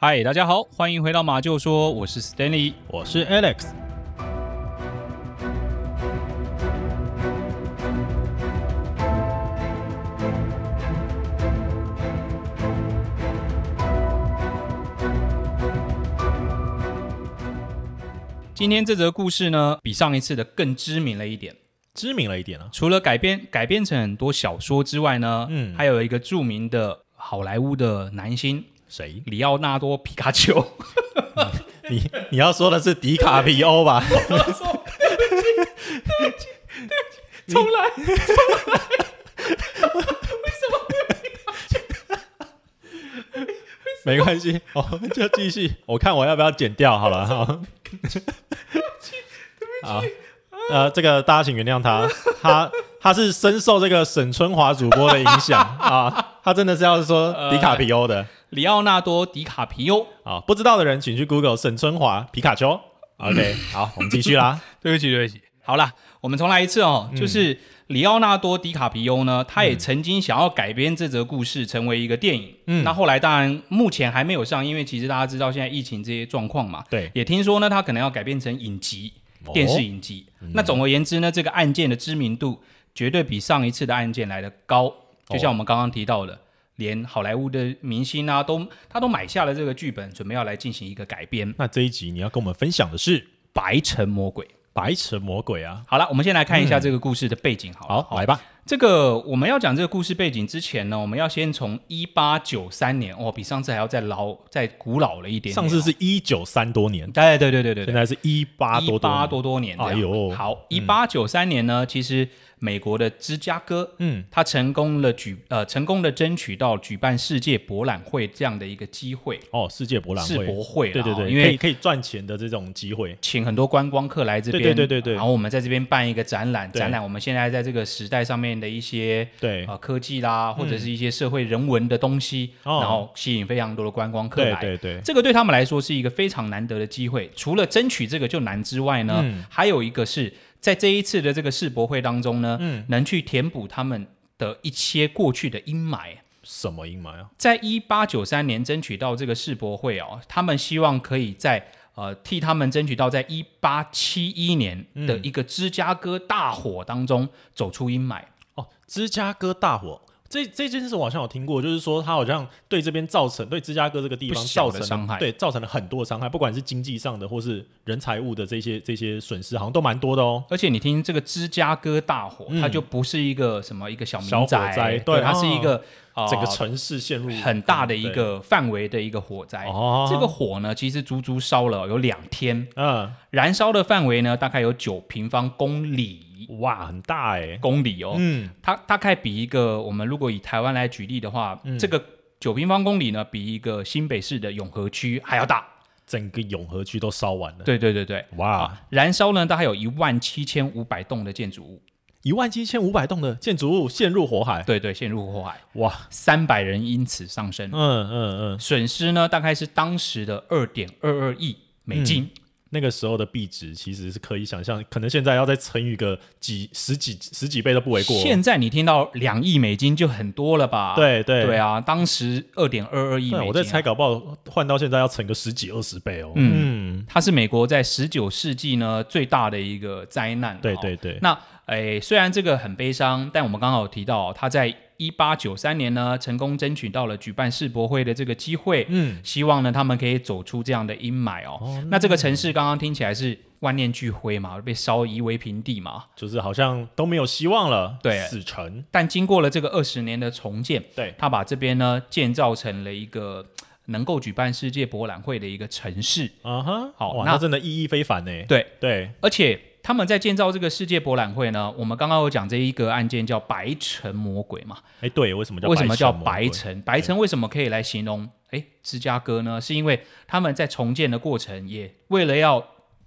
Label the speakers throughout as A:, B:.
A: 嗨，大家好，欢迎回到马厩说，我是 Stanley。
B: 我是 Alex。
A: 今天这则故事呢，比上一次的更知名了一点。
B: 知名了一点啊，
A: 除了改编改编成很多小说之外呢，
B: 嗯
A: 还有一个著名的好莱坞的男星
B: 谁？
A: 里奥纳多·皮卡 丘。
B: 你你要说的是迪卡 皮欧吧？
A: 重来，重来，为什么？
B: 没关系， 我们就继续。我看我要不要剪掉 好了哈。好，呃，这个大家请原谅他，他他是深受这个沈春华主播的影 响啊，他真的是要说迪卡皮欧的
A: 里奥纳多·迪卡皮欧。
B: 啊，不知道的人请去 Google 沈春华皮卡丘。OK，好， 我们继续啦。
A: 对不起，对不起。好啦，我们重来一次哦。就是里奥纳多·迪卡皮欧呢，他也曾经想要改编这则故事成为一个电影。嗯，那后来当然目前还没有上，因为其实大家知道现在疫情这些状况嘛。
B: 对，
A: 也听说呢，他可能要改编成影集，电视影集。那总而言之呢，这个案件的知名度绝对比上一次的案件来的高。就像我们刚刚提到的，连好莱坞的明星啊，都他都买下了这个剧本，准备要来进行一个改编《
B: 那这一集你要跟我们分享的是《
A: 白城魔鬼》。
B: 白城魔鬼》啊。
A: 好了，我们先来看一下
B: 嗯
A: 这个故事的背景好了。
B: 好，来吧。
A: 这个我们要讲这个故事背景之前呢，我们要先从一八九三年哦，比上次还要再老、再古老了一点点哦。
B: 上次是一九三多年，
A: 对对对对对对，
B: 现在是一八
A: 一
B: 多
A: 八
B: 多
A: 多多年。
B: 哎呦
A: 好，一八九三年呢，其实美国的芝加哥，
B: 嗯，
A: 他成功了举呃成功的争取到举办世界博览会这样的一个机会，
B: 哦，世界博览
A: 世
B: 会，
A: 博会啦
B: 对对
A: 哦
B: 对，
A: 因
B: 可以
A: 为。
B: 可以赚钱的这种机会，
A: 请很多观光客来这边，
B: 对对对对对
A: 然后我们在这边办一个展览，
B: 对
A: 展览我们现在在这个时代上面的一些
B: 对
A: 啊、科技啦，或者是一些社会人文的东西，
B: 嗯哦
A: 然后吸引非常多的观光客
B: 对
A: 来。
B: 对对，
A: 这个对他们来说是一个非常难得的机会。除了争取这个就难之外呢，
B: 嗯
A: 还有一个是在这一次的这个世博会当中呢，
B: 嗯
A: 能去填补他们的一些过去的阴霾。
B: 什么阴霾啊？
A: 在一八九三年争取到这个世博会哦，他们希望可以在呃替他们争取到在一八七一年的
B: 嗯
A: 一个芝加哥大火当中走出阴霾。
B: 哦，芝加哥大火。这这件事我好像有听过，就是说它好像对这边造成对芝加哥这个地
A: 不
B: 方
A: 小
B: 造
A: 的
B: 成了
A: 伤害
B: 对造成了很多伤害，不管是经济上的或是人财物的这些这些损失，好像都蛮多的哦。
A: 而且你听这个芝加哥大火，它就不是一个什么一个小民
B: 嗯小火
A: 宅，
B: 灾
A: 对，
B: 对哦
A: 它是一个、啊
B: 整个城市陷入
A: 很大的一个范围的一个火灾。
B: 对哦，
A: 这个火呢，其实足足烧了有两天，
B: 嗯
A: 燃烧的范围呢大概有九平方公里，
B: 哇很大哎，
A: 公里哦，
B: 嗯
A: 它大概比一个我们如果以台湾来举例的话，
B: 嗯
A: 这个九平方公里呢，比一个新北市的永和区还要大。
B: 整个永和区都烧完了，
A: 对对对对，
B: 哇，
A: 燃烧呢，大概有一万七千五百栋的建筑物，
B: 一万七千五百栋的建筑物陷入火海，
A: 对对，陷入火海，
B: 哇，
A: 三百人因此丧生，
B: 嗯嗯嗯，
A: 损失呢大概是当时的二点二二亿美金。
B: 那个时候的币值其实是可以想象，可能现在要再乘以个几十几十几倍都不为过。
A: 现在你听到两亿美金就很多了吧？
B: 对对
A: 对啊，当时二点二二亿美金、
B: 对
A: 啊，
B: 我在猜，搞不好换到现在要乘个十几二十倍哦。
A: 嗯
B: 嗯，
A: 它是美国在十九世纪呢最大的一个灾难了哦。
B: 对对对，
A: 那诶，虽然这个很悲伤，但我们刚好有提到，哦他在一八九三年呢，成功争取到了举办世博会的这个机会。
B: 嗯，
A: 希望呢，他们可以走出这样的阴霾哦。那这个城市刚刚听起来是万念俱灰嘛，被烧夷为平地嘛。
B: 就是好像都没有希望了，
A: 对
B: 死城，
A: 但经过了这个二十年的重建，
B: 对，
A: 他把这边呢建造成了一个能够举办世界博览会的一个城市。
B: 啊哈，
A: 好
B: 哇，
A: 那
B: 那真的意义非凡呢。欸
A: 对，
B: 对，
A: 而且他们在建造这个世界博览会呢，我们刚刚有讲这一个案件叫白城魔鬼嘛。
B: 哎，对，为什么叫
A: 为什么叫
B: 白
A: 白
B: 城魔鬼？
A: 城？白城为什么可以来形容？诶，芝加哥呢？是因为他们在重建的过程，也为了要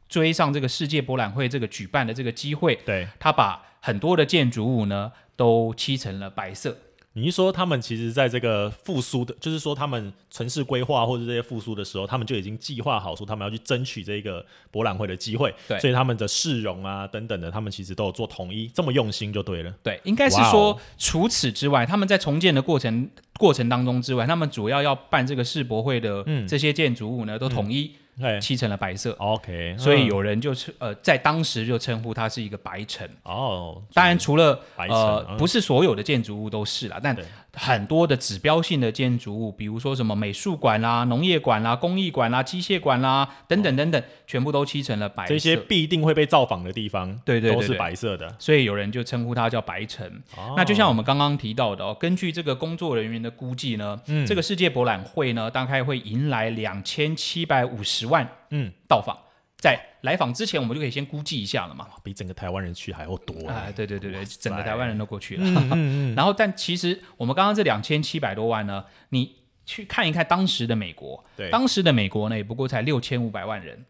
A: 追上这个世界博览会这个举办的这个机会，
B: 对，
A: 他把很多的建筑物呢都漆成了白色。
B: 你一说他们其实在这个复苏的，就是说他们城市规划或者这些复苏的时候，他们就已经计划好说他们要去争取这个博览会的机会，
A: 对
B: 所以他们的市容啊等等的，他们其实都有做统一，这么用心 就对了。
A: 对，应该是
B: 哇哦
A: 说除此之外，他们在重建的过程过程当中之外，他们主要要办这个世博会的
B: 嗯
A: 这些建筑物呢，都统一
B: 哎
A: 漆成了白色，
B: ，OK，
A: 所以
B: 嗯
A: 有人就是呃，在当时就称呼它是一个白城。
B: 哦，
A: 当然，除了
B: 白城
A: 呃
B: 嗯，
A: 不是所有的建筑物都是啦，但
B: 对
A: 很多的指标性的建筑物，比如说什么美术馆啦、农业馆啦、工艺馆啦、机械馆啦等等等等，全部都漆成了白色。
B: 哦这些必定会被造访的地方，
A: 对对对
B: 都是
A: 对
B: 白色的。
A: 所以有人就称呼它叫白城。
B: 哦
A: 那就像我们刚刚提到的哦，根据这个工作人员的估计呢，
B: 嗯
A: 这个世界博览会呢，大概会迎来两千七百五十万
B: 嗯，
A: 到访。在来访之前，我们就可以先估计一下了嘛。
B: 哇哦比整个台湾人去还要多
A: 啊、
B: 欸。
A: 对对对
B: 哇
A: 对，
B: 塞
A: 整个台湾人都过去了。
B: 嗯嗯嗯，
A: 然后，但其实我们刚刚这两千七百多万呢，你去看一看当时的美国，
B: 对
A: 当时的美国呢，也不过才六千五百万人，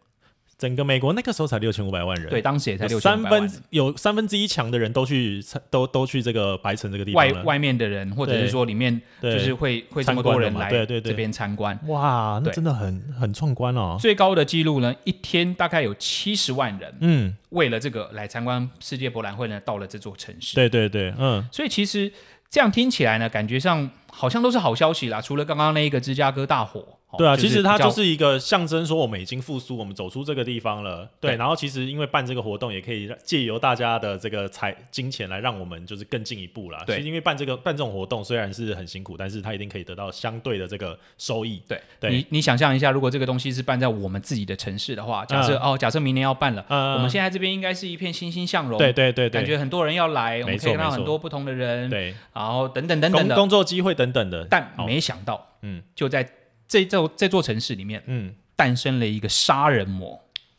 B: 整个美国那个时候才六千五百万人，
A: 对，，当时也才
B: 有
A: 六千
B: 三
A: 五百
B: 分
A: 万。
B: 之有三分之一强的人都去都都去这个白城这个地方
A: 外
B: 了。
A: 外面的人，或者
B: 对
A: 是说里面，
B: 对
A: 就是会会这么多人来
B: 参观的嘛对对对
A: 这边参观。
B: 哇，那
A: 对
B: 真的很很壮观哦。
A: 最高的记录呢，一天大概有七十万人
B: 嗯，
A: 为了这个来参观世界博览会呢，到了这座城市。
B: 对对对，嗯，
A: 所以其实这样听起来呢，感觉上好像都是好消息啦，除了刚刚那一个芝加哥大火。哦
B: 对啊，其实它
A: 比较
B: 就是一个象征，说我们已经复苏，我们走出这个地方了。对，
A: 对
B: 然后其实因为办这个活动，也可以让借由大家的这个财金钱来让我们就是更进一步啦。
A: 对
B: 其实因为办这个办这种活动虽然是很辛苦，但是它一定可以得到相对的这个收益。
A: 对
B: 对
A: 你，你想象一下，如果这个东西是办在我们自己的城市的话，假设、哦，假设明年要办了，
B: 嗯
A: 我们现在这边应该是一片欣欣向荣，
B: 对对对
A: 感
B: 对
A: 觉很多人要来，我
B: 没
A: 们
B: 错
A: 可以看到
B: 没错
A: 很多不同的人，
B: 对，
A: 然后等等等等
B: 工
A: 的，
B: 工作机会等等的。
A: 但
B: 好
A: 没想到，
B: 嗯
A: 就在这座这座城市里面
B: 嗯，
A: 诞生了一个杀人魔，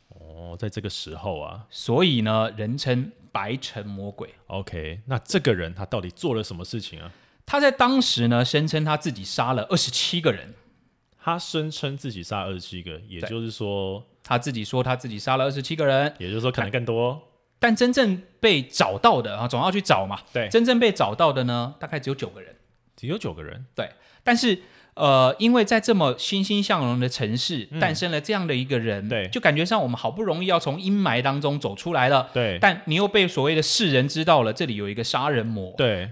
B: 哦，在这个时候啊
A: 所以呢，人称白城魔鬼。
B: ，OK，那这个人他到底做了什么事情啊？
A: 他在当时呢，声称他自己杀了二十七个人，
B: 他声称自己杀二十七个，也
A: 对
B: 就是说，
A: 他自己说他自己杀了二十七个人，
B: 也就是说可能更多。
A: 但真正被找到的啊，总要去找嘛，
B: 对，
A: 真正被找到的呢，大概只有九个人。
B: 只有九个人。
A: 但是呃，因为在这么欣欣向荣的城市、诞生了这样的一个人，
B: 嗯对
A: 就感觉上我们好不容易要从阴霾当中走出来了，
B: 对
A: 但你又被所谓的世人知道了，这里有一个杀人魔，
B: 对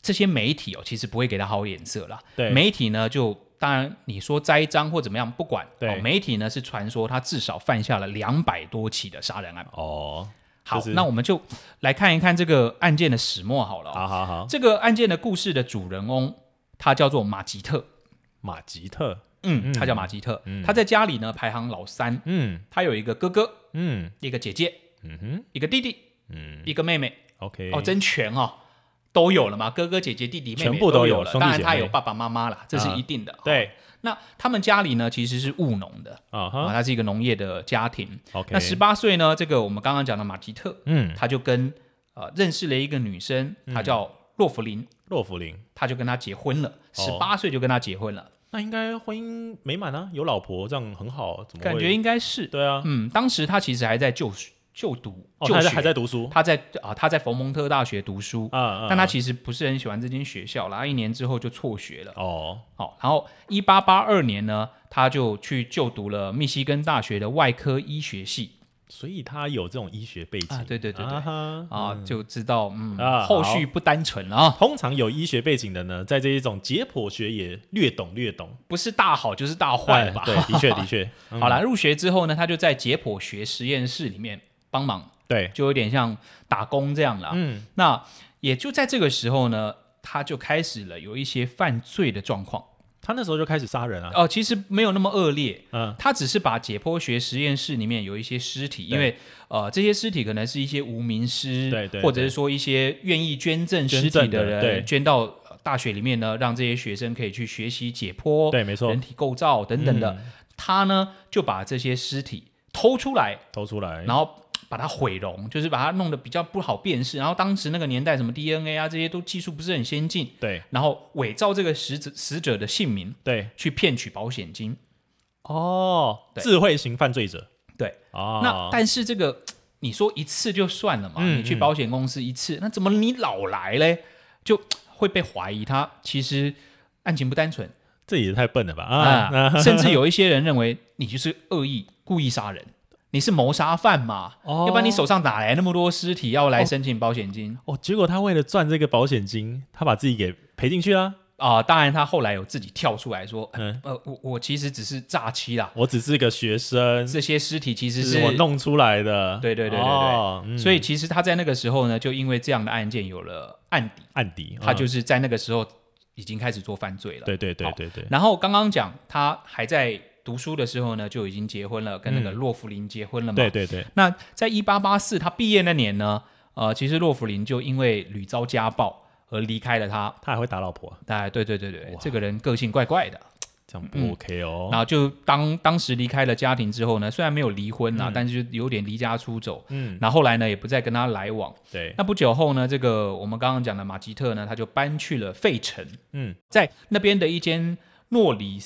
A: 这些媒体哦，其实不会给他好眼色啦。
B: 对
A: 媒体呢就。当然，你说栽赃或怎么样，不管。
B: 对
A: 哦媒体呢是传说他至少犯下了两百多起的杀人案。
B: 哦，
A: 好，
B: 就是
A: 那我们就来看一看这个案件的始末好了、哦。
B: 好好好，
A: 这个案件的故事的主人翁，他叫做马吉特，
B: 马吉特，
A: 嗯，他叫马吉特，
B: 嗯
A: 他在家里呢排行老三，
B: 嗯
A: 他有一个哥哥，
B: 嗯
A: 一个姐姐，
B: 嗯哼
A: 一个弟弟，
B: 嗯
A: 一个妹妹，
B: ，OK，
A: 哦，真全哦，都有了嘛，哥哥、姐姐、弟弟、妹
B: 全
A: 妹
B: 部都
A: 都
B: 有
A: 了，
B: 兄弟
A: 当然
B: 姐
A: 他
B: 妹
A: 有爸爸妈妈啦，这是
B: 啊
A: 一定的。哦，
B: 对
A: 那他们家里呢其实是务农的
B: 啊
A: 啊，
B: 哈
A: 他是一个农业的家庭。
B: ，OK，
A: 那十八岁呢，这个我们刚刚讲的马吉特，
B: 嗯，
A: 他就跟呃认识了一个女生，她叫洛芙琳，
B: 洛芙琳，
A: 他就跟她结婚了，十
B: 哦
A: 八岁就跟她结婚了，
B: 那应该婚姻美满啊，有老婆这样很好，怎么会
A: 感觉应该是
B: 对啊，
A: 嗯，当时他其实还在就学就读
B: 哦，
A: 就
B: 他还
A: 学，
B: 在还在读书
A: 他在啊、他在佛蒙特大学读书，
B: 啊啊，
A: 但他其实不是很喜欢这间学校啦，他一年之后就辍学了。
B: 哦，
A: 好、然后一八八二年呢，他就去就读了密西根大学的外科医学系
B: 所以他有这种医学背景
A: 啊，，对对对对
B: 啊哈
A: 啊，就知道嗯，
B: 啊
A: 后续不单纯了啊，
B: 通常有医学背景的呢，在这一种解剖学也略懂略懂，
A: 不是大好就是大坏
B: 哎
A: 吧？
B: 对，的确 的确，嗯
A: 好啦，入学之后呢，他就在解剖学实验室里面帮忙，
B: 对，
A: 就有点像打工这样啦。
B: 嗯，
A: 那也就在这个时候呢，他就开始了有一些犯罪的状况。
B: 他那时候就开始杀人啊，
A: 哦、其实没有那么恶劣，
B: 嗯，
A: 他只是把解剖学实验室里面有一些尸体，因为呃，这些尸体可能是一些无名尸，
B: 对对
A: 或者是说一些愿意捐赠
B: 捐
A: 尸体
B: 赠
A: 的
B: 的
A: 人
B: 对
A: 捐到呃大学里面呢，让这些学生可以去学习解剖、
B: 对，没错
A: 人，体构造等等的。
B: 嗯
A: 他呢就把这些尸体偷出来，
B: 偷出来，
A: 然后把它毁容，就是把它弄得比较不好辨识。然后当时那个年代，什么 DNA 啊这些都技术不是很先进，
B: 对
A: 然后伪造这个死者死者的姓名
B: 对，
A: 去骗取保险金。
B: 哦，
A: 对
B: 智慧型犯罪者
A: 对，
B: 哦，
A: 那但是这个你说一次就算了嘛，
B: 嗯
A: 你去保险公司一次，那怎么你老来嘞？就会被怀疑他其实案情不单纯
B: 这也太笨了吧啊！
A: 啊
B: 那，
A: 甚至有一些人认为你就是恶意故意杀人，你是谋杀犯嘛，
B: 哦
A: 要不然你手上哪来那么多尸体要来申请保险金？
B: 哦，结果他为了赚这个保险金，他把自己给赔进去啦。
A: 啊、当然他后来有自己跳出来说，
B: 嗯
A: 呃，我我其实只是诈欺啦，
B: 我只是个学生，
A: 这些尸体其实
B: 这
A: 是
B: 嗯我弄出来的。
A: 对对对对对
B: 哦嗯
A: 所以其实他在那个时候呢，就因为这样的案件有了案底，
B: 案底，
A: 他就
B: 嗯
A: 是在那个时候已经开始做犯罪了。
B: 对对对
A: 好
B: 对对，
A: 然后刚刚讲他还在读书的时候呢，就已经结婚了，跟那个洛弗林结婚了嘛。
B: 嗯对对对，
A: 那在一八八四他毕业那年呢，呃，其实洛弗林就因为屡遭家暴而离开了他。
B: 他还会打老婆，啊
A: 哎，对对对对，这个人个性怪怪的。
B: 这样
A: 嗯
B: 不 OK 哦。
A: 然后就当当时离开了家庭之后呢，虽然没有离婚啦，但是就有点离家出走。
B: 嗯，
A: 然后后来呢，也不再跟他来往。
B: 对，
A: 那不久后呢，这个我们刚刚讲的马吉特呢，他就搬去了费城，
B: 嗯，
A: 在那边的一间诺里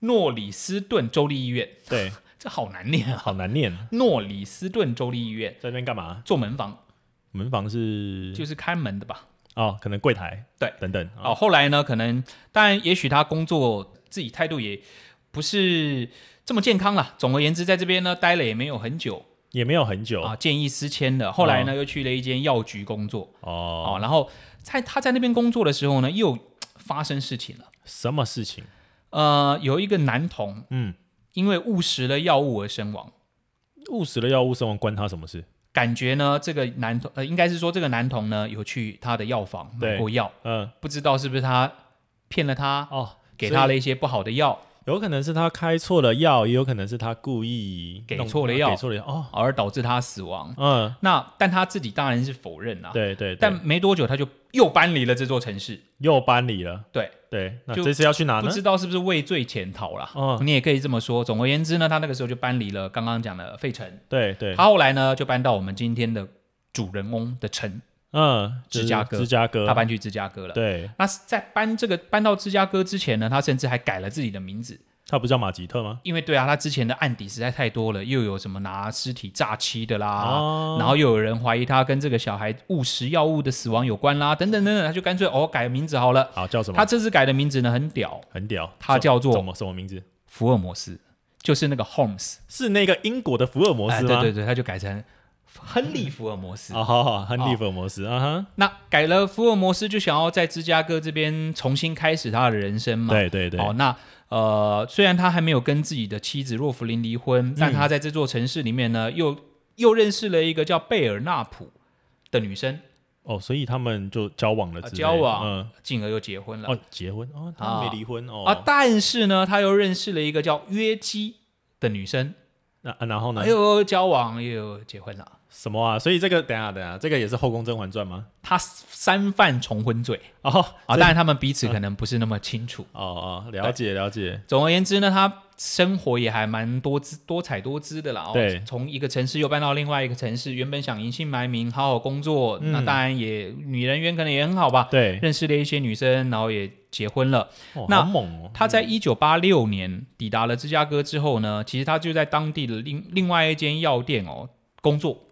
A: 诺里斯顿州立医院，
B: 对，
A: 这 好难念啊，
B: 好难念，
A: 诺里斯顿州立医院
B: 在那边干嘛？
A: 做门房，
B: 门房是
A: 就是看门的吧？
B: 哦，可能柜台，
A: 对，
B: 等等。
A: 哦，后来呢，可能当然，也许他工作自己态度也不是这么健康了。总而言之，在这边呢待了也没有很久
B: 也没有很久
A: 啊，见异思迁了。后来呢，又去了一间药局工作
B: 哦。
A: 哦，然后在他在那边工作的时候呢，又发生事情了。
B: 什么事情？
A: 呃，有一个男童
B: 嗯，
A: 因为误食了药物而身亡。
B: 误食了药物身亡，关他什么事？
A: 感觉呢，这个男童呃，应该是说这个男童呢有去他的药房买
B: 对
A: 过药，
B: 嗯，
A: 不知道是不是他骗了他，
B: 哦，
A: 给
B: 所以
A: 他了一些不好的药，
B: 有可能是他开错了药，也有可能是他故意
A: 给
B: 弄
A: 错了药
B: 给错了药。哦，
A: 而导致他死亡。
B: 嗯，
A: 那但他自己当然是否认啦、
B: 对对，对
A: 啊但没多久他就又搬离了这座城市，
B: 又搬离了。
A: 对，
B: 对，啊那
A: 就
B: 这次要去哪
A: 不
B: 呢？
A: 知道是不是畏罪潜逃啦。
B: 哦
A: 你也可以这么说。总而言之呢，他那个时候就搬离了刚刚讲的费城，
B: 对对，
A: 他后来呢就搬到我们今天的主人翁的城，
B: 嗯，
A: 芝加哥
B: 就是芝加哥，
A: 他搬去芝加哥了。
B: 对，
A: 那在搬这个搬到芝加哥之前呢，他甚至还改了自己的名字，
B: 他不叫马吉特吗？
A: 因为对啊，他之前的案底实在太多了，又有什么拿尸体诈欺的啦，
B: 哦
A: 然后又有人怀疑他跟这个小孩误食药物的死亡有关啦，等等等等，他就干脆哦改名字好了。
B: 好，叫什么？
A: 他这次改的名字呢很屌，
B: 很屌，
A: 他叫做
B: 什么什么名字？
A: 福尔摩斯，就是那个 Holmes，
B: 是那个英国的福尔摩
A: 哎，
B: 斯
A: 对
B: 吗？
A: 对对，他就改成亨利福尔摩斯。
B: 哦，好好，亨利福尔摩斯，啊哈，
A: 那改了福尔摩斯，就想要在芝加哥这边重新开始他的人生嘛？
B: 对对对，
A: 哦，那呃，虽然他还没有跟自己的妻子洛弗林离
B: 嗯
A: 婚，但他在这座城市里面呢，又又认识了一个叫贝尔纳普的女生，
B: 哦，所以他们就交往了
A: 呃
B: 之类的，
A: 交往
B: 嗯，
A: 进而又结婚了、
B: 哦，结婚哦，他们没离婚
A: 啊
B: 哦，。
A: 但是呢，他又认识了一个叫约基的女生，
B: 那啊然后呢
A: 哎？呦，交往又结婚了。
B: 什么啊？所以这个等一下等一下，这个也是后宫甄嬛传吗？
A: 他三犯重婚罪
B: 哦，
A: 啊，
B: 这
A: 当然他们彼此可能不是那么清楚。
B: 哦哦，了解了解，
A: 总而言之呢，他生活也还蛮多姿多彩多姿的啦。哦
B: 对
A: 从一个城市又搬到另外一个城市，原本想隐姓埋名好好工作，
B: 嗯
A: 那当然也女人缘可能也很好吧。
B: 对，
A: 认识了一些女生，然后也结婚了。
B: 哦
A: 那
B: 好猛哦，
A: 他在一九八六年抵达了芝加哥之后呢，其实他就在当地的另另外一间药店哦工作。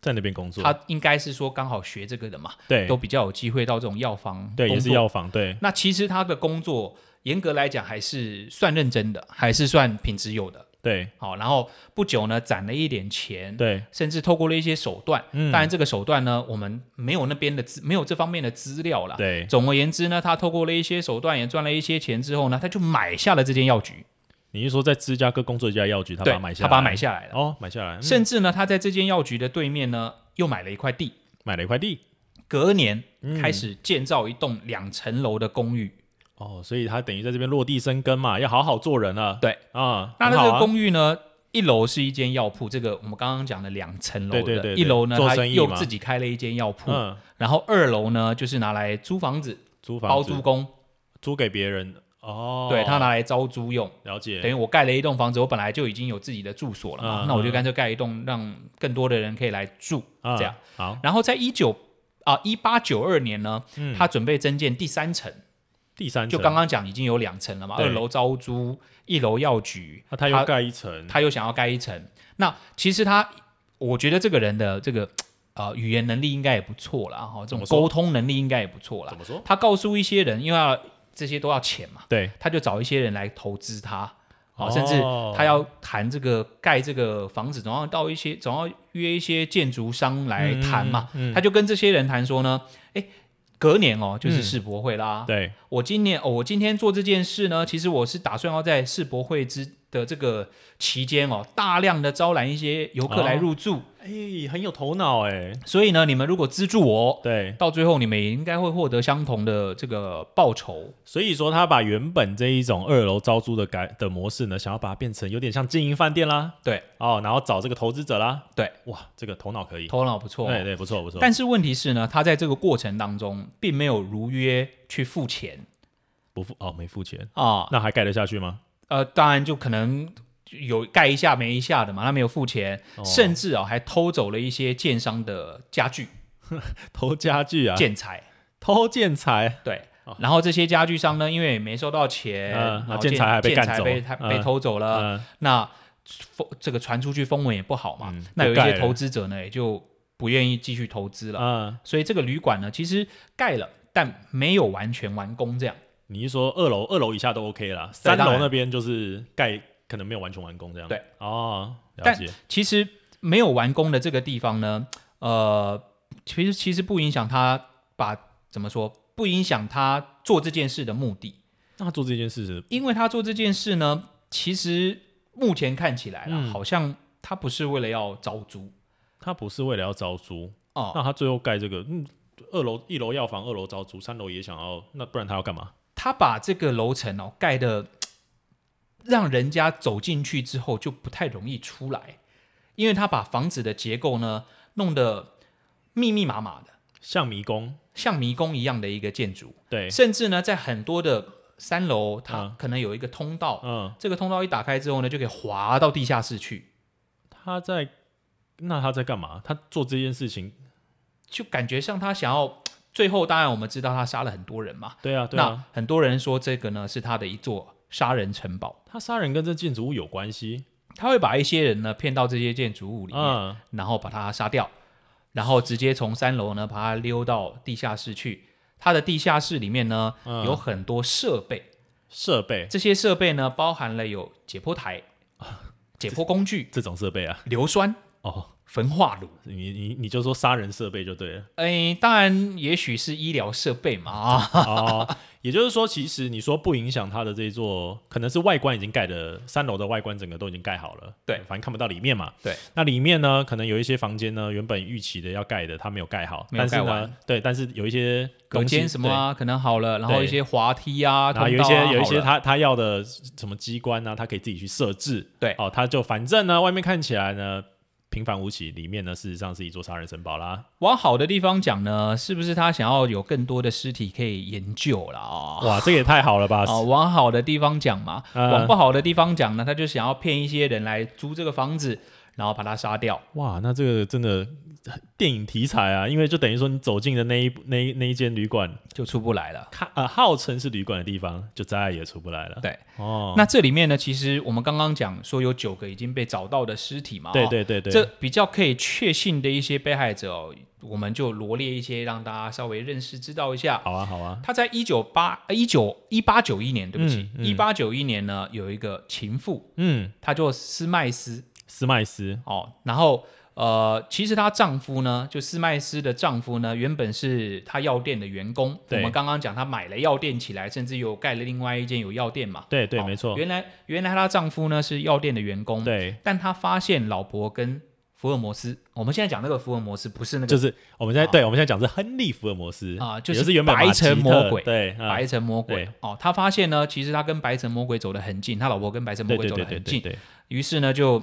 B: 在那边工作，
A: 他应该是说刚好学这个的嘛，
B: 对
A: 都比较有机会到这种药房
B: 对，也
A: 工
B: 是
A: 作
B: 药房，对，
A: 那其实他的工作严格来讲还是算认真的，还是算品质有的。
B: 对
A: 好，然后不久呢，攒了一点钱，
B: 对，
A: 甚至透过了一些手段。
B: 嗯
A: 当然，这个手段呢，我们没有那边的资，没有这方面的资料啦。
B: 对
A: 总而言之呢，他透过了一些手段，也赚了一些钱之后呢，他就买下了这间药局，
B: 你是说在芝加哥工作一家药局，他把
A: 对
B: 它买下
A: 他
B: 来，
A: 把它买下来了。
B: 哦，买下来，嗯
A: 甚至呢，他在这间药局的对面呢，又买了一块地。
B: 买了一块地，
A: 隔年
B: 嗯
A: 开始建造一栋两层楼的公寓，
B: 哦，所以他等于在这边落地生根嘛，要好好做人了。
A: 对
B: 啊，
A: 那
B: 很
A: 它
B: 好
A: 这
B: 啊
A: 个公寓呢，一楼是一间药铺，这个我们刚刚讲的两层楼的，
B: 对对对对
A: 一楼呢
B: 做
A: 它
B: 生意
A: 又
B: 嘛
A: 自己开了一间药铺，
B: 嗯，
A: 然后二楼呢就是拿来租房子，
B: 租房
A: 包
B: 子
A: 租公，
B: 租给别人哦，
A: 对他拿来招租用。
B: 了解，
A: 等于我盖了一栋房子，我本来就已经有自己的住所了嘛，
B: 嗯
A: 那我就
B: 嗯
A: 干脆盖一栋，让更多的人可以来住。
B: 啊
A: 这样
B: 好，
A: 然后在一九啊一八九二年呢，
B: 嗯
A: 他准备增建第三层，
B: 第三
A: 就
B: 层
A: 刚刚讲已经有两层了嘛，
B: 对
A: 二楼招租，一楼药局，
B: 那他
A: 他
B: 又盖一层，
A: 他又想要盖一层。那其实他，我觉得这个人的这个呃语言能力应该也不错啦，哈，这
B: 怎
A: 种
B: 么说
A: 沟通能力应该也不错啦
B: 怎。么说？
A: 他告诉一些人，因为要这些都要钱嘛，
B: 对，
A: 他就找一些人来投资他。
B: 哦
A: 哦，甚至他要谈这个盖这个房子，总要到一些总要约一些建筑商来谈嘛。
B: 嗯嗯嗯
A: 他就跟这些人谈说呢，哎，隔年哦就是
B: 嗯
A: 世博会啦。
B: 对，
A: 我今年哦，我今天做这件事呢，其实我是打算要在世博会之的这个期间哦，大量的招揽一些游客来
B: 哦
A: 入住。
B: 哎，很有头脑哎，
A: 所以呢，你们如果资助我，
B: 对，
A: 到最后你们也应该会获得相同的这个报酬。
B: 所以说他把原本这一种二楼招租的改的模式呢，想要把它变成有点像经营饭店啦，
A: 对，
B: 哦，然后找这个投资者啦，
A: 对，
B: 哇，这个头脑可以，
A: 头脑不错哦、
B: 对对，不哎错不错，
A: 但是问题是呢，他在这个过程当中并没有如约去付钱
B: 不付哦，没付钱，
A: 啊，
B: 那还盖得下 去吗？
A: 呃，当然就可能有盖一下没一下的嘛，他没有付钱，
B: 哦
A: 甚至啊、还偷走了一些建商的家具、
B: 偷家具啊，
A: 建材。
B: 偷建材，
A: 对
B: 哦，
A: 然后这些家具商呢，因为也没收到钱，
B: 嗯
A: 然后
B: 建材还被
A: 建
B: 干走
A: 被他
B: 嗯
A: 被偷走了。
B: 嗯，
A: 那风这个传出去风闻也不好嘛，
B: 嗯
A: 那有一
B: 就盖
A: 些
B: 了
A: 投资者呢也就不愿意继续投资了，
B: 嗯，
A: 所以这个旅馆呢其实盖了，但没有完全完工这样。
B: 你是说二楼二楼以下都 OK 啦，三
A: 当
B: 楼
A: 然
B: 那边就是盖可能没有完全完工这样，
A: 对，
B: 哦，了
A: 但
B: 解，
A: 其实没有完工的这个地方呢，呃，其实其实不影响他把怎么说，不影响他做这件事的目的，
B: 那他做这件事是
A: 因为他做这件事呢，其实目前看起来啦，
B: 嗯
A: 好像他不是为了要招租
B: 他不是为了要招租，
A: 哦，
B: 那他最后盖这个，嗯，二楼一楼要房，二楼招租，三楼也想要，那不然他要干嘛？
A: 他把这个楼层哦盖的，让人家走进去之后就不太容易出来，因为他把房子的结构呢弄得密密麻麻的，
B: 像迷宫，
A: 像迷宫一样的一个建筑。
B: 对，
A: 甚至呢，在很多的三楼，它
B: 嗯
A: 可能有一个通道，
B: 嗯，
A: 这个通道一打开之后呢，就可以滑到地下室去，
B: 他在，那他在干嘛？他做这件事情，
A: 就感觉像他想要。最后，当然我们知道他杀了很多人嘛，
B: 对啊，对啊，
A: 那很多人说这个呢是他的一座杀人城堡，
B: 他杀人跟这建筑物有关系，
A: 他会把一些人呢骗到这些建筑物里面，
B: 嗯，
A: 然后把他杀掉，然后直接从三楼呢把他溜到地下室去。他的地下室里面呢、
B: 嗯
A: 有很多设备，
B: 设备
A: 这些设备呢包含了有解剖台、
B: 啊
A: 解剖工具、
B: 这种设备啊，
A: 硫酸、
B: 哦，
A: 焚化炉。
B: 你你你就说杀人设备就对了，
A: 哎，当然，也许是医疗设备嘛啊，
B: 哦，也就是说，其实你说不影响他的这一座，可能是外观已经盖的，三楼的外观整个都已经盖好了，
A: 对
B: 反正看不到里面嘛，
A: 对。
B: 那里面呢，可能有一些房间呢，原本预期的要盖的，他没有盖好，
A: 没有盖
B: 但是
A: 完
B: 呢，对，但是有一些
A: 隔
B: 东西
A: 间什么啊，可能好了，然后
B: 对
A: 一些滑梯啊，
B: 对然后
A: 通
B: 有一
A: 道啊
B: 些有一些
A: 好了
B: 他他要的什么机关啊呢、他可以自己去设置，
A: 对
B: 哦，他就反正呢，外面看起来呢平凡无奇，里面呢事实上是一座杀人城堡啦，
A: 往好的地方讲呢，是不是他想要有更多的尸体可以研究了啊？
B: 哇，这个也太好了吧，
A: 啊，往好的地方讲嘛，
B: 嗯
A: 往不好的地方讲呢，他就想要骗一些人来租这个房子，然后把他杀掉。
B: 哇，那这个真的电影题材啊，因为就等于说你走进的那一那一那一间旅馆，
A: 就出不来了。
B: 看呃号称是旅馆的地方，就再也出不来了。
A: 对，
B: 哦，
A: 那这里面呢，其实我们刚刚讲说有九个已经被找到的尸体嘛，
B: 对
A: 哦
B: 对对对，
A: 这比较可以确信的一些被害者、哦，我们就罗列一些让大家稍微认识知道一下。
B: 好啊好啊，
A: 他在一九八呃一九一八九一年，对不起
B: 嗯，嗯
A: 一八九一年呢有一个情妇，
B: 嗯，
A: 她叫斯麦斯
B: 斯麦斯，
A: 哦，然后呃，其实她丈夫呢，就斯麦斯的丈夫呢，原本是她药店的员工。我
B: 对
A: 们刚刚讲，她买了药店起来，甚至有盖了另外一间有药店嘛。
B: 对对，
A: 哦
B: 没错，
A: 原来原来她丈夫呢是药店的员工，
B: 对，
A: 但他发现老婆跟福尔摩斯，我们现在讲那个福尔摩斯不是那
B: 就
A: 个
B: 是我们现在对我们现在讲是亨利福尔摩斯
A: 啊
B: 就
A: 就是
B: 原本
A: 白
B: 马吉
A: 城
B: 特
A: 魔鬼
B: 对，啊
A: 白城魔鬼、
B: 对
A: 哦。他发现呢，其实他跟白城魔鬼走得很近，他老婆跟白城魔
B: 对
A: 鬼
B: 对
A: 走得
B: 对对
A: 很
B: 对
A: 近，
B: 对，
A: 于是呢就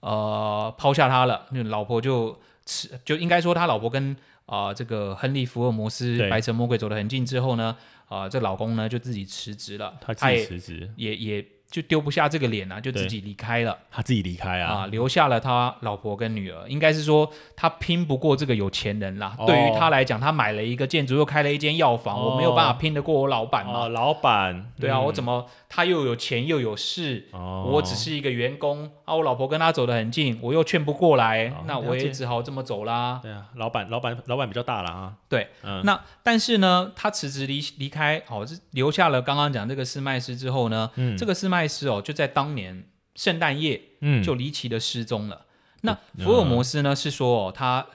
A: 呃抛下他了，那老婆就吃就应该说他老婆跟啊、呃这个亨利福尔摩斯
B: 对
A: 白城呃魔鬼走得很近之后呢，啊、这老公呢就自己辞职了，
B: 他自
A: 他
B: 己
A: 也
B: 辞职，
A: 也也就丢不下这个脸啊，就自己离开了
B: 他自己离开啊，
A: 啊，留下了他老婆跟女儿。应该是说他拼不过这个有钱人啦。
B: 哦
A: 对于他来讲，他买了一个建筑，又开了一间药房，
B: 哦
A: 我没有办法拼得过我啊老板嘛。
B: 哦，老板，
A: 对啊，
B: 嗯
A: 我怎么他又有钱又有势？
B: 哦
A: 我只是一个员工啊，我老婆跟他走得很近，我又劝不过来，
B: 哦
A: 那我
B: 了解
A: 也只好这么走啦。
B: 对啊，老板，老板，老板比较大了啊，
A: 对，
B: 嗯
A: 那但是呢，他辞职离离开，哦，是留下了刚刚讲这个斯麦斯之后呢，
B: 嗯
A: 这个斯麦斯哦，就在当年圣诞夜
B: 嗯
A: 就离奇的失踪了。那福尔摩斯呢，是说哦，他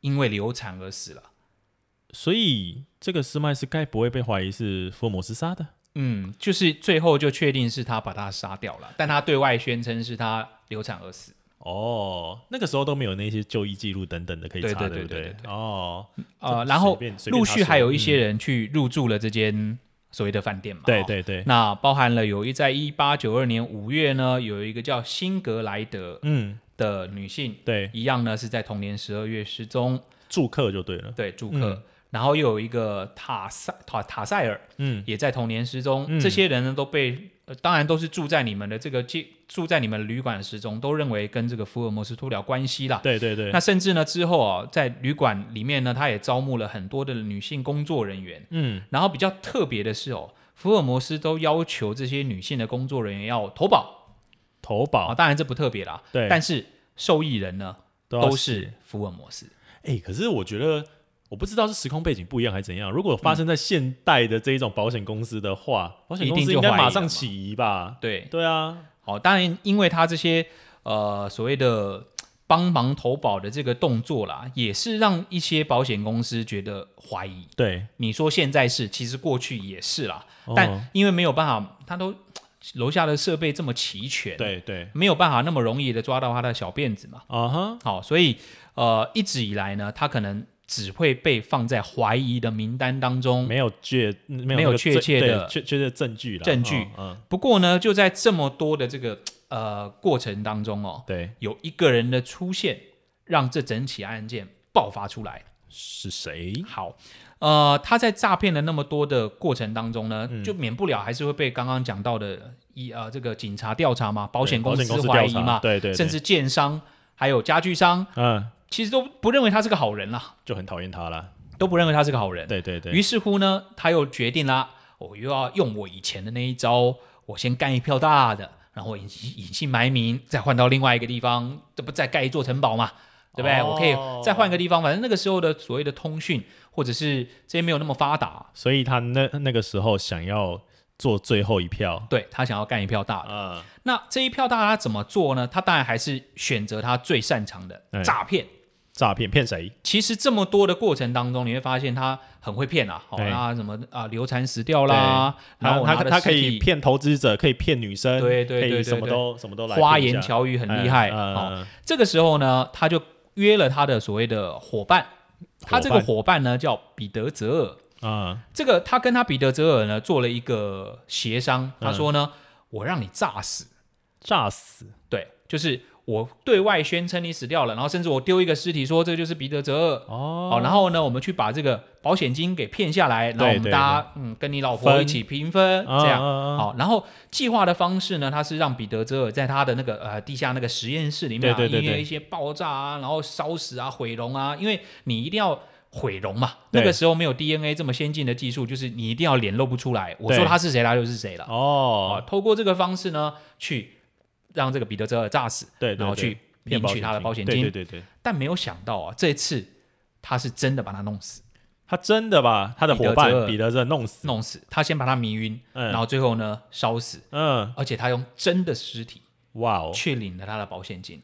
A: 因为流产而死了。
B: 所以这个斯麦斯该不会被怀疑是福尔摩斯杀的？
A: 嗯，就是最后就确定是他把他杀掉了，但他对外宣称是他流产而死。
B: 哦，那个时候都没有那些就医记录等等的可以查，
A: 对对
B: 不
A: 对对对
B: 哦，
A: 呃，
B: 这
A: 然后
B: 随便随便
A: 陆
B: 他
A: 续
B: 说嗯
A: 还有一些人去入住了这间所谓的饭店嘛。
B: 对
A: 哦
B: 对对，
A: 那包含了有一在一八九二年五月呢，有一个叫辛格莱德
B: 嗯，
A: 的女性，
B: 对，
A: 一样呢是在同年十二月失踪，
B: 住客就对了，
A: 对，住客。然后又有一个塔塞塔塔塞尔
B: 嗯，
A: 也在同年失踪，
B: 嗯
A: 这些人呢都被、呃当然都是住在你们的这个住住在你们旅馆失踪，都认为跟这个福尔摩斯脱不了关系啦。
B: 对对对
A: 那，甚至呢之后啊、在旅馆里面呢，他也招募了很多的女性工作人员，
B: 嗯，
A: 然后比较特别的是哦，福尔摩斯都要求这些女性的工作人员要投保
B: 投
A: 啊、
B: 保
A: 当然这不特别啦，
B: 对，
A: 但是受益人呢
B: 都要
A: 都是福尔摩斯。
B: 哎、可是我觉得，我不知道是时空背景不一样还是怎样。如果
A: 嗯
B: 发生在现代的这一种保险公司的话，保险公
A: 一定
B: 司
A: 就
B: 应该
A: 怀疑了
B: 马上
A: 嘛
B: 起疑吧？
A: 对，
B: 对啊，
A: 好、当然因为他这些呃所谓的帮忙投保的这个动作啦，也是让一些保险公司觉得怀疑。
B: 对，
A: 你说现在是，其实过去也是啦，
B: 哦
A: 但因为没有办法，他都楼下的设备这么齐全，，
B: 对对，
A: 没有办法那么容易的抓到他的小辫子嘛。
B: 啊哈，
A: 好，所以呃，一直以来呢，他可能只会被放在怀疑的名单当中。
B: 没有确没有
A: 没有
B: 那个
A: 确
B: 证
A: 切
B: 对
A: 的
B: 确确切的证据了，
A: 证据
B: 嗯，嗯
A: 不过呢，就在这么多的这个呃过程当中哦，
B: 对，
A: 有一个人的出现，让这整起案件爆发出来。
B: 是谁？
A: 好，呃，他在诈骗的那么多的过程当中呢，
B: 嗯
A: 就免不了还是会被刚刚讲到的一呃这个警察调查嘛，保险
B: 对保
A: 公
B: 险
A: 司
B: 公司
A: 怀
B: 调
A: 疑
B: 查
A: 嘛，
B: 对对对
A: 甚至建商还有家具商，
B: 嗯，
A: 其实都不认为他是个好人啦，
B: 就很讨厌他了，
A: 都不认为他是个好人。
B: 对对对，
A: 于是乎呢，他又决定啦，我又要用我以前的那一招，我先干一票大的，然后隐隐姓埋名，再换到另外一个地方，这不再盖一座城堡嘛？对不对？
B: 哦
A: 我可以再换个地方，反正那个时候的所谓的通讯或者是这些没有那么发达，
B: 所以他那那个时候想要做最后一票，
A: 对他想要干一票大的。
B: 啊，
A: 那这一票大他怎么做呢？他当然还是选择他最擅长的
B: 哎
A: 诈骗。
B: 诈骗骗谁？
A: 其实这么多的过程当中，你会发现他很会骗啊，好、
B: 对
A: 那什么啊、流产死掉啦，然
B: 他
A: 后
B: 他
A: 拿着
B: 他可
A: 尸
B: 以
A: 体
B: 骗投资者，可以骗女生，
A: 对对对
B: 可以
A: 对
B: 什么
A: 对
B: 都什么都来
A: 花
B: 骗一
A: 言
B: 下
A: 巧语很厉害。
B: 嗯
A: 哦，
B: 嗯
A: 这个时候呢，他就约了他的所谓的伙伴，他这个
B: 伙
A: 伙伴呢叫彼得泽尔。
B: 嗯
A: 这个他跟他彼得泽尔呢做了一个协商，他
B: 嗯
A: 说呢，我让你炸死，
B: 诈死，
A: 对，就是我对外宣称你死掉了，然后甚至我丢一个尸体说这就是彼得泽尔。
B: 哦，
A: 好，然后呢，我们去把这个保险金给骗下来，然后我们
B: 对
A: 大家嗯跟你老婆
B: 分
A: 一起平分，
B: 嗯
A: 这样
B: 嗯嗯
A: 好。然后计划的方式呢，他是让彼得泽尔在他的那个呃地下那个实验室里面、啊，
B: 对对对
A: 因
B: 对
A: 为一些爆炸啊，然后烧死啊、毁容啊，因为你一定要。毁容嘛，
B: 对
A: 那个时候没有 DNA 这么先进的技术，就是你一定要脸露不出来。我说
B: 对
A: 他是谁，他就是谁了。啊，
B: 哦，
A: 透过这个方式呢，去让这个彼得泽尔炸死，
B: 对对对
A: 然后去
B: 骗
A: 领取他的保险金。
B: 对对对对，
A: 但没有想到啊，这次他是真的把他弄死。
B: 他真的把他的伙
A: 彼得
B: 伴
A: 泽
B: 彼得这弄死，
A: 弄死，他先把他迷晕，
B: 嗯
A: 然后最后呢烧死，
B: 嗯，
A: 而且他用真的尸体
B: 哇哦，
A: 去领了他的保险金。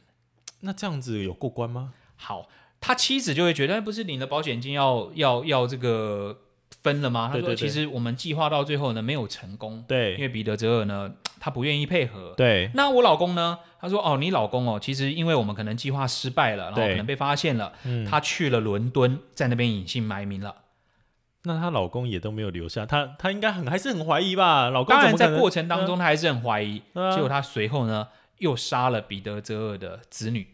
B: 那这样子有过关吗？
A: 好，他妻子就会觉得，哎不是领了保险金要要要这个分了吗？他
B: 对
A: 说，
B: 对对
A: 其实我们计划到最后呢没有成功，因
B: 对
A: 为彼得泽尔呢他不愿意配合。
B: 对，
A: 那我老公呢？他说：“哦，你老公哦，其实因为我们可能计划失败了，然后
B: 对嗯
A: 可能被发现了，他去了伦敦，在那边隐姓埋名了。
B: 那她老公也都没有留下，她她应该很还是很怀疑吧？老公
A: 当然，
B: 怎么可
A: 在
B: 能嗯
A: 过程当中，他还是很怀疑。
B: 对啊
A: 结果他随后呢，又杀了彼得泽尔的子女。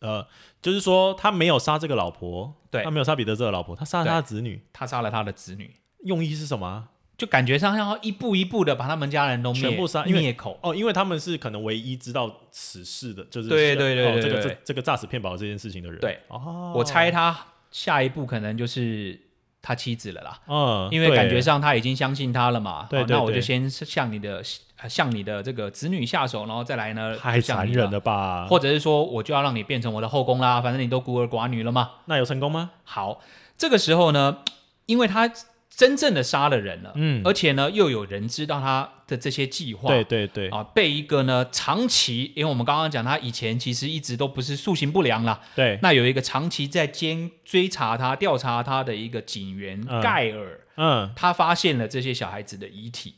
B: 呃，就是说他没有杀这个老婆，
A: 对
B: 他没有杀彼得这个老婆，他杀了他的子女，
A: 他杀了他的子女，
B: 用意是什么啊？
A: 就感觉上要一步一步的把他们家人都灭
B: 全部杀因为
A: 灭口。
B: 哦，因为他们是可能唯一知道此事的，就是
A: 对对对
B: 哦
A: 对
B: 这个
A: 对
B: 这这个诈死骗保这件事情的人。
A: 对，
B: 哦，
A: 我猜他下一步可能就是他妻子了啦，
B: 嗯，
A: 因为感觉
B: 对
A: 上他已经相信他了嘛。
B: 对
A: 好
B: 对
A: 那我就
B: 对
A: 先向你的呃向你的这个子女下手，然后再来呢，
B: 太残忍
A: 了。
B: 了吧？
A: 或者是说，我就要让你变成我的后宫啦，反正你都孤儿寡女了嘛。
B: 那有成功吗？
A: 好，这个时候呢，因为他真正的杀了人了，
B: 嗯，
A: 而且呢又有人知道他的这些计划，
B: 对对对
A: 啊，被一个呢长期，因为我们刚刚讲他以前其实一直都不是素行不良啦，
B: 对，
A: 那有一个长期在监追查他、调查他的一个警员、
B: 嗯
A: 盖尔，
B: 嗯，
A: 他发现了这些小孩子的遗体，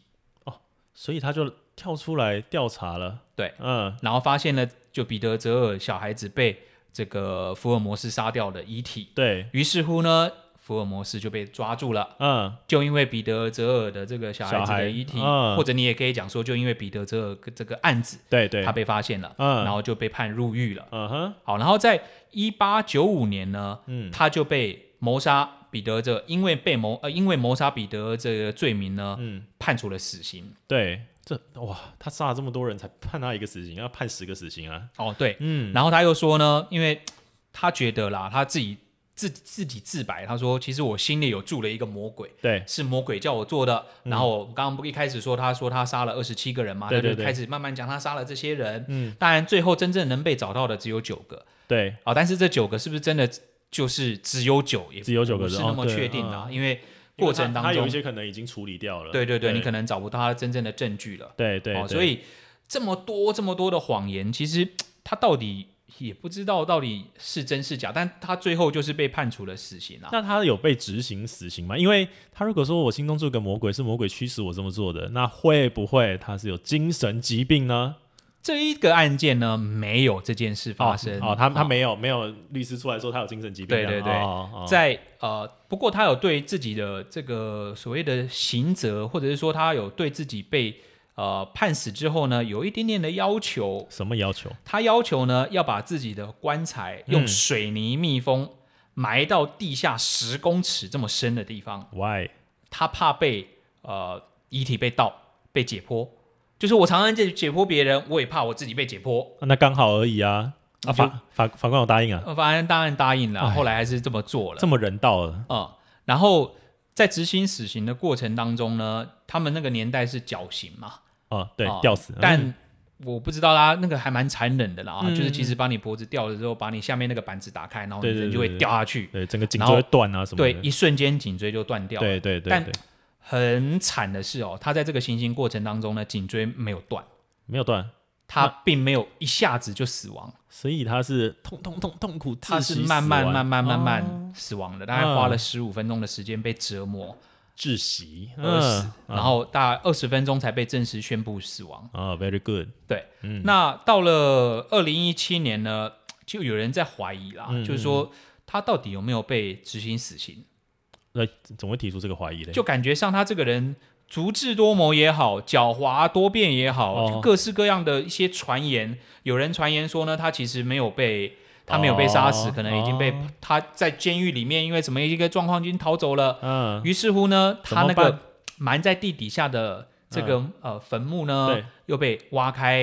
B: 所以他就跳出来调查了。
A: 对，
B: 嗯，
A: 然后发现了就彼得泽尔小孩子被这个福尔摩斯杀掉的遗体，
B: 对，
A: 于是乎呢，福尔摩斯就被抓住了。
B: 嗯，
A: 就因为彼得泽尔的这个小孩子
B: 小孩
A: 的遗体，
B: 嗯
A: 或者你也可以讲说，就因为彼得泽尔这个案子，
B: 对对
A: 他，被发现了，
B: 嗯
A: 然后就被判入狱了。
B: 嗯哼，
A: 好，然后在一八九五年呢，
B: 嗯
A: 他就被谋杀彼得泽，因为被谋呃因为谋杀彼得这个罪名呢，
B: 嗯，
A: 判处了死刑。
B: 对，这哇，他杀了这么多人才判他一个死刑，要判十个死刑啊。
A: 哦，对，
B: 嗯，
A: 然后他又说呢，因为他觉得啦，他自己自自己自白，他说其实我心里有住了一个魔鬼。
B: 对，
A: 是魔鬼叫我做的。然后我刚刚不一开始说，他说他杀了二十七个人嘛，
B: 嗯对对
A: 他
B: 对
A: 就开始慢慢讲他杀了这些人。
B: 嗯，
A: 当然最后真正能被找到的只有九个
B: 对，
A: 啊，但是这九个是不是真的就是只有九，也
B: 只有九个
A: 不
B: 人
A: 是那
B: 哦
A: 么
B: 对
A: 确定啦，因为
B: 因为
A: 过程
B: 他
A: 当
B: 他有
A: 中
B: 一，些可能已经处理掉了。
A: 对对对，你可能找不到他真正的证据了。
B: 对对，
A: 哦，
B: 对
A: 所以这么多这么多的谎言，其实他到底也不知道到底是真是假，但他最后就是被判处了死刑啊。
B: 那他有被执行死刑吗？因为他如果说我心中住个魔鬼，是魔鬼驱使我这么做的，那会不会他是有精神疾病呢？
A: 这一个案件呢，没有这件事发生
B: 哦，他他没有没有律师出来说他有精神疾病这
A: 对对
B: 样，
A: 对
B: 哦哦哦
A: 在呃，不过他有对自己的这个所谓的刑责，或者是说他有对自己被呃判死之后呢，有一点点的要求。
B: 什么要求？
A: 他要求呢，要把自己的棺材用
B: 嗯
A: 水泥密封，埋到地下十公尺这么深的地方。
B: Why？
A: 他怕被呃遗体被盗、被解剖。就是我常常解解剖别人，我也怕我自己被解剖。
B: 啊那刚好而已啊！啊，
A: 你就
B: 法法法官有答应啊，
A: 呃反正当然答应了，
B: 哎
A: 后来还是这么做了
B: 这。么人道了，
A: 嗯，然后在执行死刑的过程当中呢，他们那个年代是绞刑嘛，
B: 哦，对
A: 啊，
B: 吊死，嗯
A: 但我不知道啦，那个还蛮残忍的啦，啊
B: 嗯
A: 就是其实把你脖子吊了之后，把你下面那个板子打开，然后
B: 对
A: 你
B: 对
A: 人
B: 对
A: 就会
B: 对
A: 掉下去，
B: 对整个颈
A: 然
B: 椎
A: 后
B: 断啊什么
A: 对，
B: 的，
A: 一瞬间颈椎就断掉了。
B: 对对对
A: 但
B: 对，
A: 很惨的是哦，他在这个行刑过程当中呢，颈椎没有断，
B: 没有断，
A: 他并没有一下子就死亡，
B: 所以他是痛痛痛痛苦，
A: 他是
B: 窒息
A: 慢慢
B: 死亡
A: 慢慢慢
B: 哦
A: 慢死亡的，大概
B: 嗯
A: 花了十五分钟的时间被折磨
B: 窒息
A: 而死，
B: 嗯
A: 呃然后大概二十分钟才被正式宣布死亡。
B: 啊，very good，
A: 对，
B: 嗯
A: 那到了二零一七年呢，就有人在怀疑啦，
B: 嗯
A: 就是说他到底有没有被执行死刑？
B: 那怎么会提出这个怀疑嘞？
A: 就感觉上他这个人足智多谋也好，狡猾多变也好，
B: 哦
A: 就各式各样的一些传言，有人传言说呢，他其实没有被。他没有被杀死，
B: 哦
A: 可能已经被、
B: 哦
A: 他在监狱里面，因为什么一个状况已经逃走了。
B: 嗯，
A: 于是乎呢，
B: 怎
A: 他
B: 么
A: 那
B: 办嗯
A: 个埋在地底下的这个、呃坟墓呢
B: 对，
A: 又被挖开，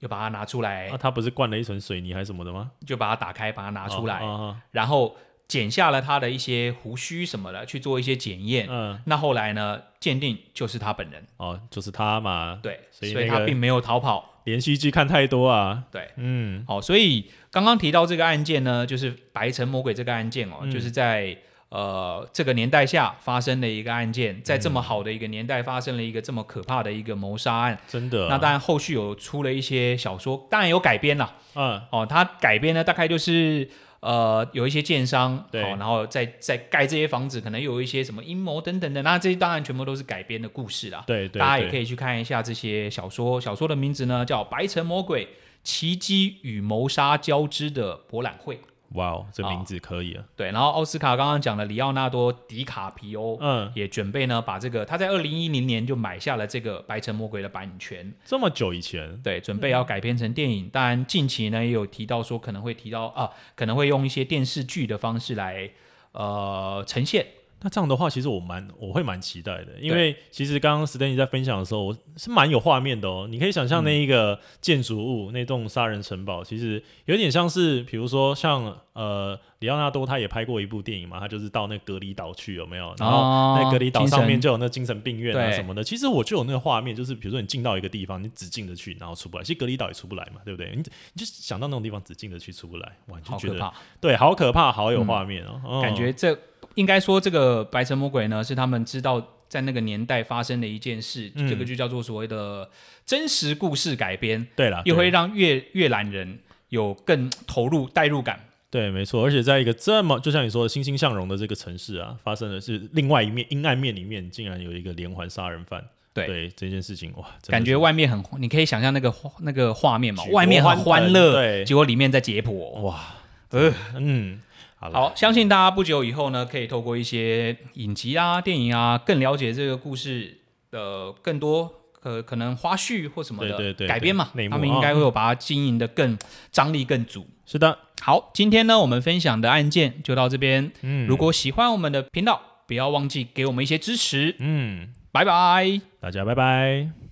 A: 又把它拿出来，
B: 啊那他不是灌了一层水泥还是什么的吗？
A: 就把它打开，把它哎拿出来，
B: 哦哦
A: 然后剪下了他的一些胡须什么的去做一些检验。
B: 嗯，
A: 那后来呢，鉴定就是他本人，
B: 哦，就是他嘛，
A: 对，
B: 所
A: 所
B: 以
A: 以,、
B: 那个
A: 他并没有逃跑，
B: 连续剧看太多啊，
A: 对。
B: 嗯，
A: 好，所以刚刚提到这个案件呢，就是白城魔鬼这个案件哦，
B: 嗯
A: 就是在呃这个年代下发生的一个案件，在
B: 嗯
A: 这么好的一个年代发生了一个这么可怕的一个谋杀案。
B: 真的啊，
A: 那当然后续有出了一些小说，当然有改编啦，
B: 嗯，
A: 哦，它改编呢，大概就是呃有一些建商，
B: 对
A: 哦，然后再再盖这些房子，可能有一些什么阴谋等等的，那这些当然全部都是改编的故事啦。
B: 对对，
A: 大家也可
B: 以，
A: 以去看一下这些小说，小说的名字呢叫《白城魔鬼：奇迹与谋杀交织的博览会》。
B: 哇哦，这
A: 啊
B: 名字可以啊，
A: 对，然后奥斯卡刚刚讲了，里奥纳多·迪卡皮欧。
B: 嗯，
A: 也准备呢，把这个他在二零一零年就买下了这个《白城魔鬼》的版权，
B: 这么久以前，
A: 对，准备要改编成电影。当然，近期呢也有提到说可能会提到啊，可能会用一些电视剧的方式来呃呈现。
B: 那这样的话，其实我蛮我会蛮期待的，因为其实刚刚 Stanley 在分享的时候，我是蛮有画面的哦。你可以想象那一个建筑物，那栋杀人城堡，其实有点像是，比如说像呃，里奥纳多他也拍过一部电影嘛，他就是到那隔离岛去，有没有？然后那隔离岛
A: 精神
B: 上面就有那精神病院啊
A: 对
B: 什么的。其实我就有那个画面，就是比如说你进到一个地方，你只进得去，然后出不来。其实隔离岛也出不来嘛，对不对？你你就想到那种地方只进得去出不来，哇，你就
C: 好
B: 觉
C: 可
B: 得
C: 怕，
B: 对，好可怕，好有画面哦，嗯
A: 感觉这应该说这个白城魔鬼呢，是他们知道在那个年代发生的一件事，
B: 嗯
A: 这个就叫做所谓的真实故事改编，
B: 对了，
A: 又
B: 啊对
A: 会让阅阅览人有更投入代入感。
B: 对，没错，而且在一个这么就像你说的欣欣向荣的这个城市啊，发生的是另外一面阴暗面里面，竟然有一个连环杀人犯。
A: 对
B: 这件事情，哇，真的
A: 感觉
B: 是
A: 外面很，你可以想象那个画那个画面嘛
B: 举，国
A: 外面很欢
B: 欢
A: 乐，
B: 腾对
A: 结果里面在解剖。
B: 哇，
A: 呃，
B: 嗯，好了，
A: 好，相信大家不久以后呢，可以透过一些影集啊、电影啊，更了解这个故事的更多可可能花絮或什么的
B: 对对对
A: 改编嘛
B: 对内，幕啊
A: 他们应该会有把它经营的更张力更足。
B: 是的，
A: 好，今天呢，我们分享的案件就到这边。
B: 嗯，
A: 如果喜欢我们的频道，不要忘记给我们一些支持。
B: 嗯，
A: 拜拜。
B: 大家拜拜。